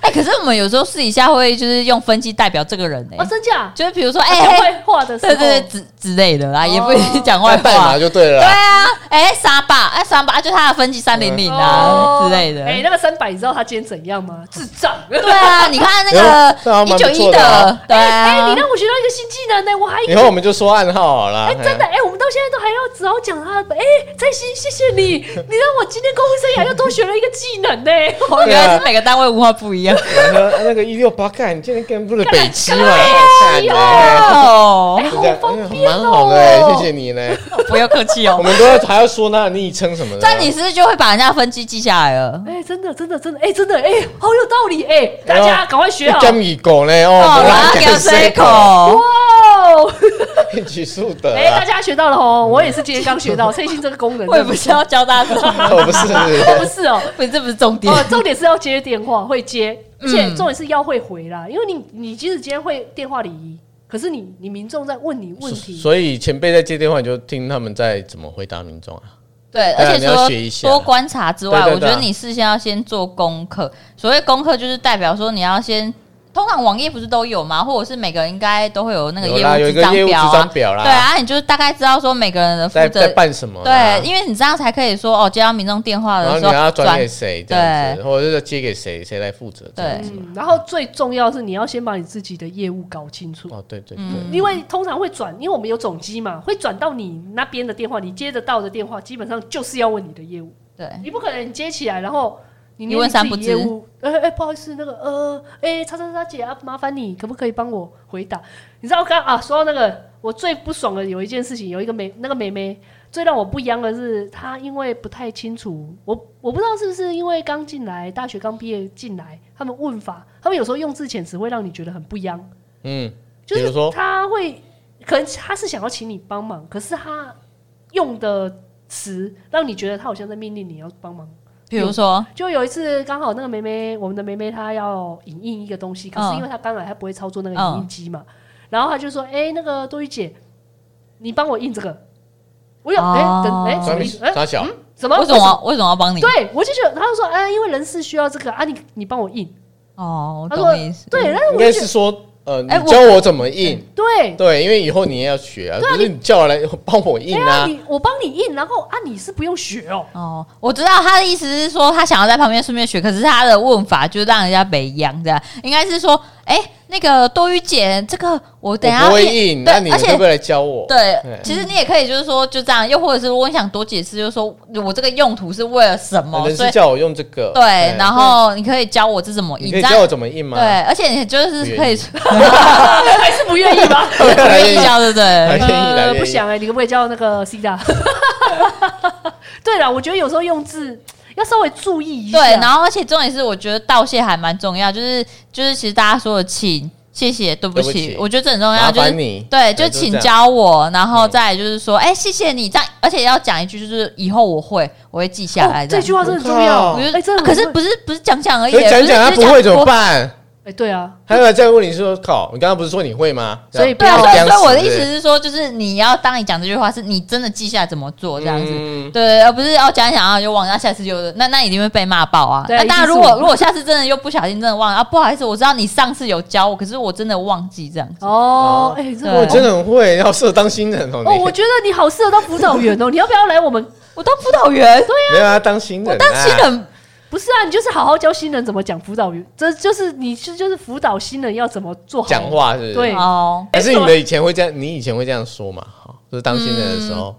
哎，可是我们有时候私底下会就是用分析代表这个人哦，哎，真假？就是比如说讲哎，坏话的时候，对对对之之类的啦，也不一定讲那坏哦代话啊码。就对了对啦。啊，哎，三八哎，三八啊就他的分级三零零啊哦之类的。哎，那个三百，你知道他今天怎样吗？智障。对啊，你看那 哎这个还一蛮九不一错的啊的，对哎，啊你，让我学到一个新技能呢，我还哎以后我们就说暗号好了。哎，真的哎，我们们到现在都还要只好讲他的本。哎、蔡西，谢谢你，你让我今天公会生涯又多学了一个技能呢、我原来是每个单位文化不 一样。然后啊那个一六八，看你竟然干不了北七嘛，西好哎 哦，惨好的，方哎便蛮哦好的欸，谢谢你呢。不要客气我 哦。们都要还要说他的昵称什么的。但你是不是就会把人家分机记下来 了？哎、真的，真的，真的，哎、真的，哎、好有道理，哎、大家赶快学好。干米狗呢？哦，哦，不让我要给干他塞谁口，哇哦！ 起诉的哎、大啊，家学到了哦，我也是今天刚学到蔡心这个功能， 我也不是要教大家什么，我不是，哦，不是哦，不是这不是重点哦，重点是要接电话，会接，而且嗯重点是要会回啦，因为你你即使今天会电话礼仪，可是你你民众在问你问题，所以前辈在接电话，你就听他们在怎么回答民众啊。对对，啊而且你除要了学一下多观察之外，对对我觉对啊得你事先要先做功课。所谓功课，就是代表说你要先，通常网页不是都有吗？或者是每个人应该都会有那个有啦，有业务一职个章业务表职啊章。表啦，对，啊，你就是大概知道说每个人的负在在责，办什么啦？对，啊因为你这样才可以说哦，接到民众电话然后的你时候要转给谁这样子，或者是接给谁，谁来负责这样子。嗯，然后最重要是你要先把你自己的业务搞清楚。哦，对对嗯对，因为通常会转，因为我们有总机嘛，会转到你那边的电话，你接得到的电话，基本上就是要问你的业务，对，你不可能接起来，然后你一问三不自己业务，哎、哎、不好意思，那个呃，哎、叉叉叉姐啊，麻烦你可不可以帮我回答？你知道刚啊，说到那个我最不爽的有一件事情，有一个美那个妹妹最让我不一样的是，她因为不太清楚，我我不知道是不是因为刚进来，大学刚毕业进来，他们问法，他们有时候用字遣词会让你觉得很不一样。嗯，就比如说是他会，可能他是想要请你帮忙，可是他用的词让你觉得他好像在命令你要帮忙。比如说，就有一次刚好那个梅梅，我们的梅梅她要影印一个东西，可是嗯因为她刚来，她不会操作那个哦嗯影印机嘛，然后她就说：“哎、那个多余姐，你帮我印这个。”我有哎、哦等哎、什张么意思？哎、张小，什么？为什么要为什么要帮你？对，我就觉得他就说：“哎、因为人事需要这个啊，你你帮我印。哦，我他说懂你意思。”对，但是应我就哎该觉是得说，呃，你哎我教我怎么印。对，对，因为以后你也要学啊，不是你叫我来帮我印哎呀，啊。你我帮你印，然后啊，你是不用学哦。哦，我知道他的意思是说，他想要在旁边顺便学，可是他的问法就让人家北洋的，应该是说，哎、那个多余姐，这个我等一我下不会一印，对那你而且会不会来教我？对对，其实你也可以就是说就这样，又或者是如果你想多解释，就是说我这个用途是为了什么，人所是以叫我用这个，哦对，然后你可以教我这怎么你印，可这以教我样怎么印吗？对，而且你就是可以还是不愿意 吗？ 对，来可愿以意，教，对 不对？来愿意，来呃，愿意不想哎、你可不可以叫那个 C 大？ 对了，我觉得有时候用字要稍微注意一下。对，然后而且重点是，我觉得道谢还蛮重要，就是就是其实大家说的请、谢谢、对不对不起起，我觉得这很重 要，麻啊就是烦你。对对，就就是这请样嗯教我，然后再来就是说，哎、谢谢你这样，而且要讲一句，就是以后我会，我会记下来哦、这这样。句话真的很重我要。靠我哎、觉得、真的啊很可是会不是不是讲讲而已，可是讲讲他不不是会是怎么办？哎、对啊，他要再问你说，靠，你刚刚不是说你会吗？所以这对样啊，不所要以所以我的这意样思子是说，就是你要当你讲这句话，是你真的记下来怎么做这样子，嗯对，而不是要讲一讲啊，就忘了，那下次就那那一定会被骂爆啊。对啊那当然，一定如是果我如果下次真的又不小心真的忘了啊，不好意思，我知道你上次有教我，可是我真的忘记这样子。哦，哎、真的啊我对真的很会，要适合当新人哦。哦，我你觉得你好适合当辅导员哦。你要不要来我们？我当辅导员，没有要当新人，啊我当新。人，不是啊，你就是好好教新人怎么讲辅导员，这就是你是就是辅导新人要怎么做好讲。话是不是对哦，还是你的以前会这样，你以前会这样说嘛？哈，就是当新人的时候，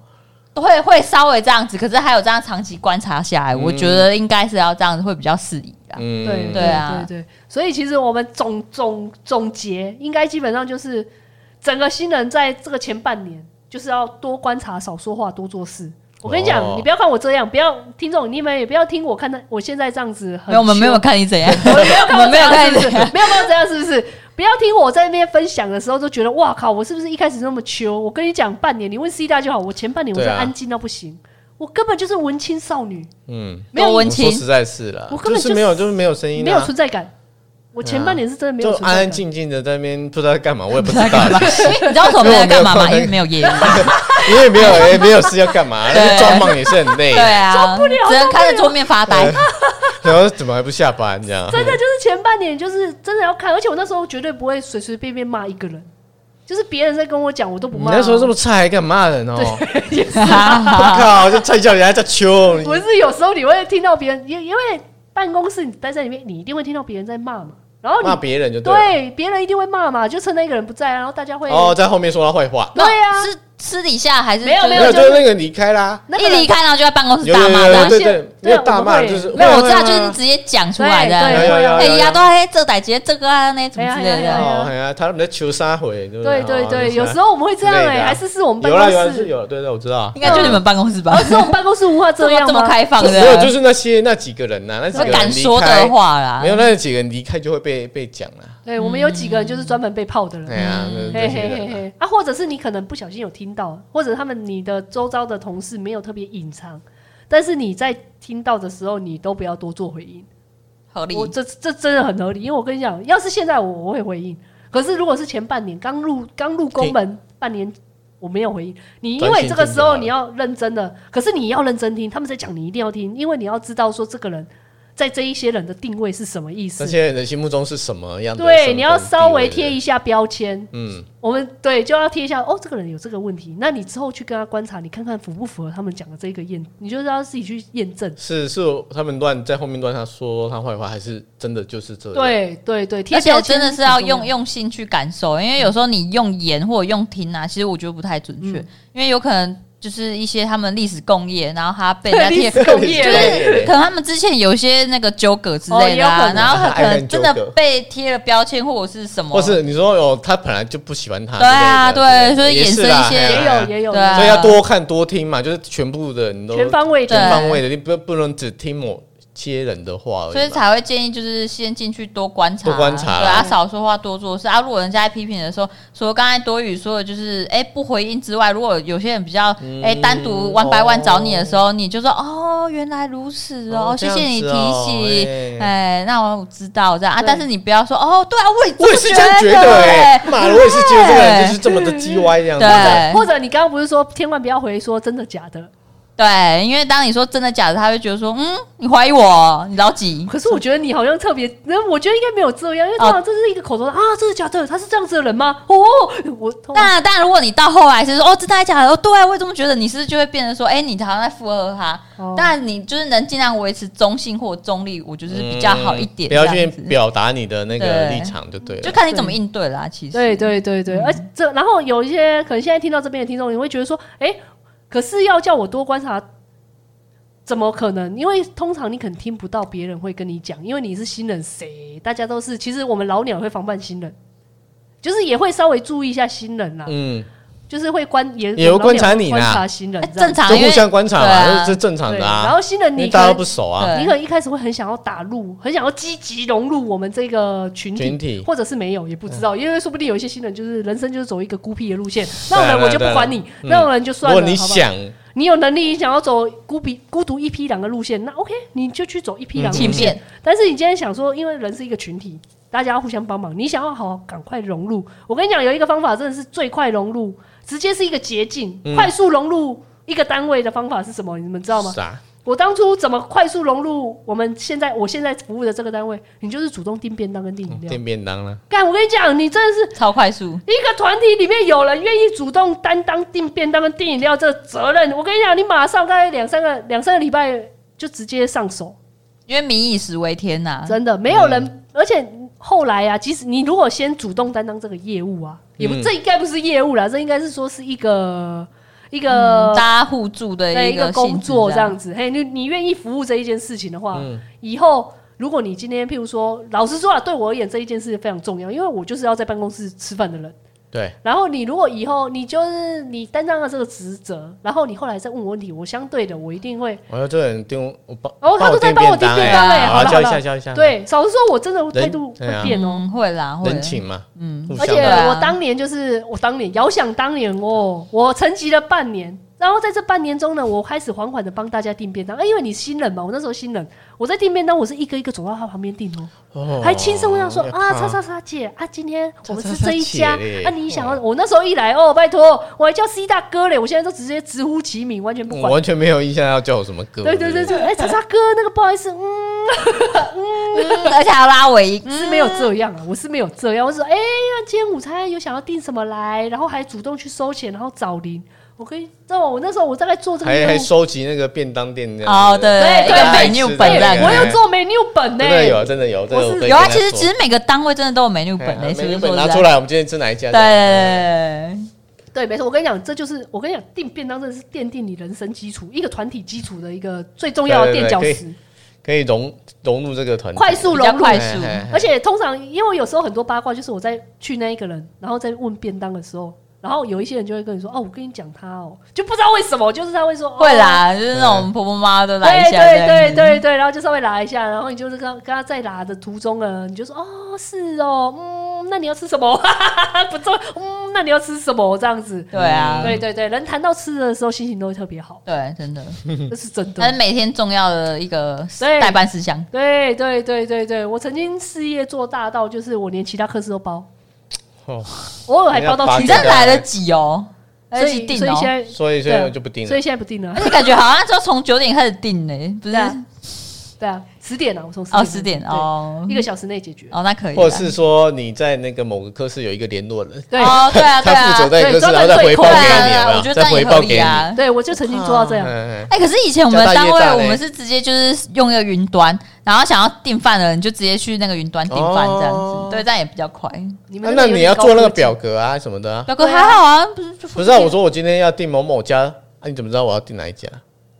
会会稍微这样子，可是还有这样长期观察下来，我觉得应该是要这样子会比较适宜啦。嗯，对对啊对对，所以其实我们总总总结，应该基本上就是整个新人在这个前半年，就是要多观察、少说话、多做事。我跟你讲，哦你不要看我这样，不要听众，你们也不要听我看到我现在这样子很没有，我们凶没有，看你怎样，我们没有我看们我没这有样看是你不怎是样，没有看我这样是不是？不要听我在那边分享的时候就觉得哇靠，我是不是一开始那么秋？我跟你讲，半年你问 C 大就好，我前半年我是对啊安静到不行，我根本就是文青少女，嗯，没有多温我说情。实在是啦，我根本就是没有，就是没有声音啊，没有存在感。我前半年是真的没有就存在安感，安静静的在那边不知道在干嘛，我 也不知道，你知道为什么没有在干嘛吗？因为没有业务。因为没有也没有事要干嘛，对装忙也是很累对，啊，只能看着桌面发呆。然后怎么还不下班这样？真的就是前半年就是真的要看，而且我那时候绝对不会随随便便骂一个人，就是别人在跟我讲我都不你骂、那时候这么菜还敢骂人哦？我靠，这菜叫人家叫秋，你不是有时候你会听到别人，因因为办公室你待在里面，你一定会听到别人在骂嘛，然 后骂你别人就了哦对别人一定会骂嘛，就趁那个人不在，然后大家会、哦，在后面说他坏话，对啊是私底下还是没有就是没没有有，就就是是那个离开啦，那一个离开然后就在办公室有大有骂有这有，样。对现对，没对啊有大我骂们会就是没没有，我知道，没就有是直接讲出对来的。有有对有对哎呀，都嘿，这歹姐，这个啊，那什么之类哎呀的。哦，哎呀，他们在求杀回，对不对对哦对，求有杀时候我们会这样之类的哎，啊还是是我们办有啦有啦公是室，有啦，对对，我知道。应该就你们办公室吧？是我们办公室文化哦这这么样这么吗？开放没有，的，就是那些那几个人呐、那几个会人敢离说开的，话啦没。有那几个人离开就会被被讲啦。对，我们有几个人就是专门被泡的人。哎呀，嗯那那嘿些嘿人嘿啊、嘿，啊，或者是你可能不小心有听到，或者他们你的周遭的同事没有特别隐藏，但是你在听到的时候，你都不要多做回应。合理我。这这真的很合理，因为我跟你讲，要是现在我我会回应，可是如果是前半年刚入刚入宫门半年，我没有回应你，因专为心这个听时就好候了你要认真的，可是你要认真听，他们在讲你一定要听，因为你要知道说这个人在这一些人的定位是什么意思那。些人的心目中是什么样的身份地位？对，你要稍微贴一下标签，嗯，我们对就要贴一下哦，这个人有这个问题，那你之后去跟他观察，你看看符不符合他们讲的这个验，你就是要自己去验证。是是我他们乱在后面乱他说他坏话，还是真的就是这样？， 对对对，贴而且标签真的是要很重用用心去感受，因为有时候你用言或者用听啊，其实我觉得不太准嗯确，因为有可能就是一些他们历史共业，然后他被人家历贴，史共业可能他们之前有一些那个纠葛之哦也类有的、可啊能然后他爱可能恨纠真葛的被贴了标签或者是什么，或是你说哦，他本来就不喜欢他之对类的。啊对所以也衍是生啦一些哎也呀有也有对啊所以要多看多听嘛，就是全部的你都全方位全的对方位的，你不不能只听某些人的话而已嘛。所以才会建议就是先进去多观察，多观察对啊，少说话多做事啊。如果人家在批评的时候，说刚才多语说的就是，哎、不回应之外，如果有些人比较，哎、嗯单哦独 one by one 找你的时候，你就说，哦，原来如此哦，哦这样谢谢你子提哦醒，哎哎、那我知道这样啊。对但是你不要说，哦，对啊，我也我也是这样觉得哎、哎、欸，妈的，我也是觉得这个人就是这么的叽歪这样子。对或者你刚刚不是说千万不要回说真的假的？对，因为当你说真的假的，他会觉得说，嗯，你怀疑我，你老几？可是我觉得你好像特别，那我觉得应该没有这样，因为哦通常这是一个口头上啊，真的假的？他是这样子的人吗？哦，我通当然，当然，如果你到后来是说哦，真的还假的？哦，对啊，我也这么觉得。你是不是就会变成说，哎、你好像在附和他。哦当然，你就是能尽量维持中性或中立，我觉得是比较好一点、嗯不要这去样子表达你的那个对立场就对了。就看你怎么应对啦。其实，对对对对，而这然后有一些可能现在听到这边的听众，你会觉得说，哎、可是要叫我多观察，怎么可能？因为通常你可能听不到别人会跟你讲，因为你是新人，谁大家都是，其实我们老鸟会防范新人，就是也会稍微注意一下新人啦，嗯， 就是会观也也会观察你啦观察新人哎，啊这样正常，就因为互相观察对嘛，啊这是正常对，的然啊。后新人因为你大家可都能不熟啊，对你可能一开始会很想要打入，很想要积极融入我们这个群体，群体或者是没有也不知道，因为说不定有一些新人就是人生就是走一个孤僻的路线，嗯对啊那我们我就不对啊管你，嗯那我们就如算了。果你好不好，想，你有能力想要走孤僻孤独一匹狼的路线，那 OK，你就去走一匹狼的请嗯路线。便。但是你今天想说，因为人是一个群体，大家要互相帮忙，你想要好赶快融入，我跟你讲，有一个方法真的是最快融入，直接是一个捷径，嗯快速融入一个单位的方法是什么？你们知道吗？啥？我当初怎么快速融入我们现在我现在服务的这个单位？你就是主动订便当跟订饮料。订便当啦，干，我跟你讲，你真的是超快速，一个团体里面有人愿意主动担当订便当跟订饮料这个责任。我跟你讲，你马上大概两三个两三个礼拜就直接上手，因为民以食为天呐、真的没有人。而且后来啊，即使你如果先主动担当这个业务啊，也不、嗯这应该不是业务啦，这应该是说是一个一个、嗯，大家互助的的一个个性质工作这这样。子。嘿，你你愿意服务这一件事情的话，嗯以后如果你今天譬如说，老实说啊，对我而言这一件事非常重要，因为我就是要在办公室吃饭的人。对，然后你如果以后你就是你担当了这个职责，然后你后来再问我问题，我相对的我一定会我要这个人订我帮，哦他都在帮我订便当哎哎好好啊，了教一好下了教一下，，对，少说我真的态度人对啊会变哦。嗯，会啦，会人情嘛，嗯，互而相且的啊我当年就是我当年遥想当年哦，我沉寂了半年，然后在这半年中呢，我开始缓缓的帮大家订便当。哎、因为你新人嘛，我那时候新人，我在订便当，我是一个一个走到他旁边订哦，哦还轻声问他说要啊，看叉叉叉姐啊，今天我们叉吃叉叉这一家姐嘞啊，你想要我那时候一来哦，拜托，我还叫 C 大哥嘞，我现在都直接直呼其名，完全不我管。完全没有印象要叫我什么歌，对对对对，哎，叉叉哥，那个不好意思，嗯，嗯 而且还要拉尾音，嗯是没有这样啊，我是没有这样，我是说，哎、那今天午餐有想要订什么来，然后还主动去收钱，然后找零。我可以，那我那时候我大概做这个还业还务，收集那个便当店这样哦，子对，嗯对一个对美女是本的这样对子哎我有做 menu 本呢、真的有，啊真的有，真我的是被有啊，跟他其实说其实每个单位真的都有美女本哎嘞，呀是不是美说本实拿在出来，我们今天吃哪一家？对，对，没错，我跟你讲，这就是我跟你讲，订便当真的是奠定你人生基础，一个团体基础的一个最重要的对垫对对脚可以石，可以融融入这个团体，快速比较融入。快速嘿嘿嘿而且通常，因为有时候很多八卦，就是我在去那一个人，然后在问便当的时候，然后有一些人就会跟你说：“哦，我跟你讲他哦，就不知道为什么，就是他会说、哦会啦，就是那种婆婆妈妈都来一对下这样对子，对对对，然后就稍微拉一下，然后你就是跟他跟他在拉的途中呢，你就说哦是哦，嗯，那你要吃什么？不重要，嗯，那你要吃什么？这样子，对啊，对对对，人谈到吃的时候，心情都会特别好，对，真的，这是真它的。是每天重要的一个对代办事项。对对对对对，我曾经事业做大到，就是我连其他科室都包，哦偶尔还包到你要拔你其根他真的来得及哦，来呃所得及以定所以哦啊现。在，所以所以对啊我就不定所了以。现在不定了而。且感觉好像就从九点开始定呢、不是对？啊，对啊，十点啊，我从哦，十点开始哦对，一个小时内解决。哦，那可以啦。或者是说你在那个某个科室有一个联络人，对哦，对啊，对 他负责啊，在科室，对专然后门再对回报扣给对你啊，有对啊，没我有，觉得再这样回也报合给理你。啊。对，我就曾经做到这样。嗯嗯哎、可是以前我们叫大单业位大，嘞我们是直接就是用一个云端，然后想要订饭的人就直接去那个云端订饭这样子，哦对，这样也比较快。你那们啊那个有你点要高做那科个技表格啊什么的啊。表哥对啊还好啊，不是就不是啊，我说我今天要订某某家，啊，你怎么知道我要订哪一家？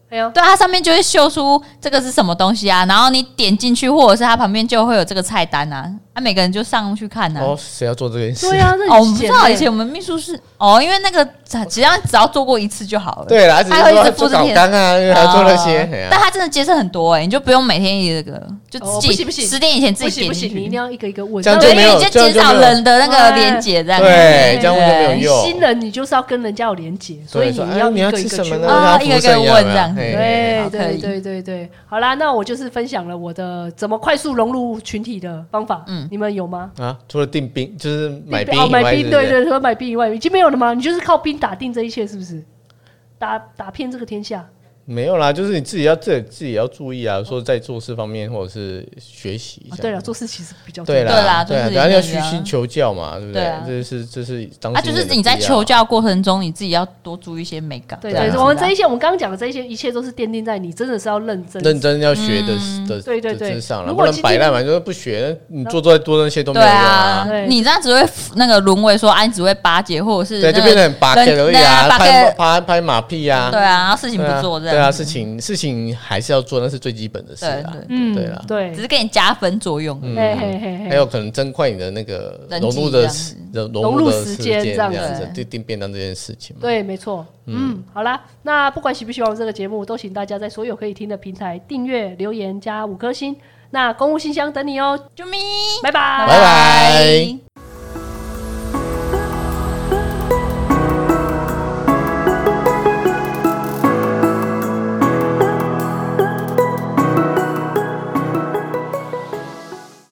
哎呀，对，它上面就会秀出这个是什么东西啊，然后你点进去，或者是它旁边就会有这个菜单啊，啊，每个人就上去看啊。哦，谁要做这件事？对啊，那哦，我你们以不知前道嘞以前我们秘书是哦，因为那个只要只要做过一次就好了。 哦对啦，只是他会一说直做复制搞贴纲啊，因为他做那些哦，嘿啊但他真的节省很多哎、你就不用每天一个，就哦自己、不行不行十点以前自不己行点不进行，去，你一定要一个一个问，这样对，就因没为有你就减少人的那个连接这样子。对，这样对就没有新用。人你就是要跟人家有连结，所以说你哎要你一要个一吃什个去么问呢？啊像一个服一务生哎个样有没问有这样子嘿嘿对好可对以对对对，好啦，那我就是分享了我的怎么快速融入群体的方法，嗯嗯，你们有吗？啊，除了订冰就是买冰以哦，外，买是冰，不对是对，除了买冰以外，已经没有了吗？你就是靠冰打定这一切，是不是？打打遍这个天下，没有啦，就是你自己要自己自己要注意啊，说在做事方面或者是学习一啊下。对了，做事其实比较对了，对哦啦啦，对啊，就是对啊，一个要这虚样心求教嘛，对不对啊这是这是当啊，新就人是的你在必要求教过程中，你自己要多注意一些美感。对对对，啊我们这一些我们刚刚讲的这一些，一切都是奠定在你真的是要认真认真要学的嗯的对对对之上了，如不果嗯能今摆天烂嘛，就是不学，你做再多那些都没对有用啊啊。对，你这样只会那个沦为说，啊，你只会巴结，或者是对，就那变个成很拔人给而已对啊啊，拔拍给拍拍马屁啊，对啊，然后事情对啊不做这样子。对啊，事情事情还是要做，那是最基本的事啊对，嗯对啦，嗯对只，是给你加分作用而已。嘿嘿嘿嘿，还有可能增快你的那个人融际入这的样时子融融入入的时间间这样样子子，订订便当这件事情嘛。对，没错。嗯，好啦，那不管喜不喜欢我们这个节目，都请大家在所有可以听的平台订阅、留言加五颗星。那公务信箱等你哦，救命！拜拜拜拜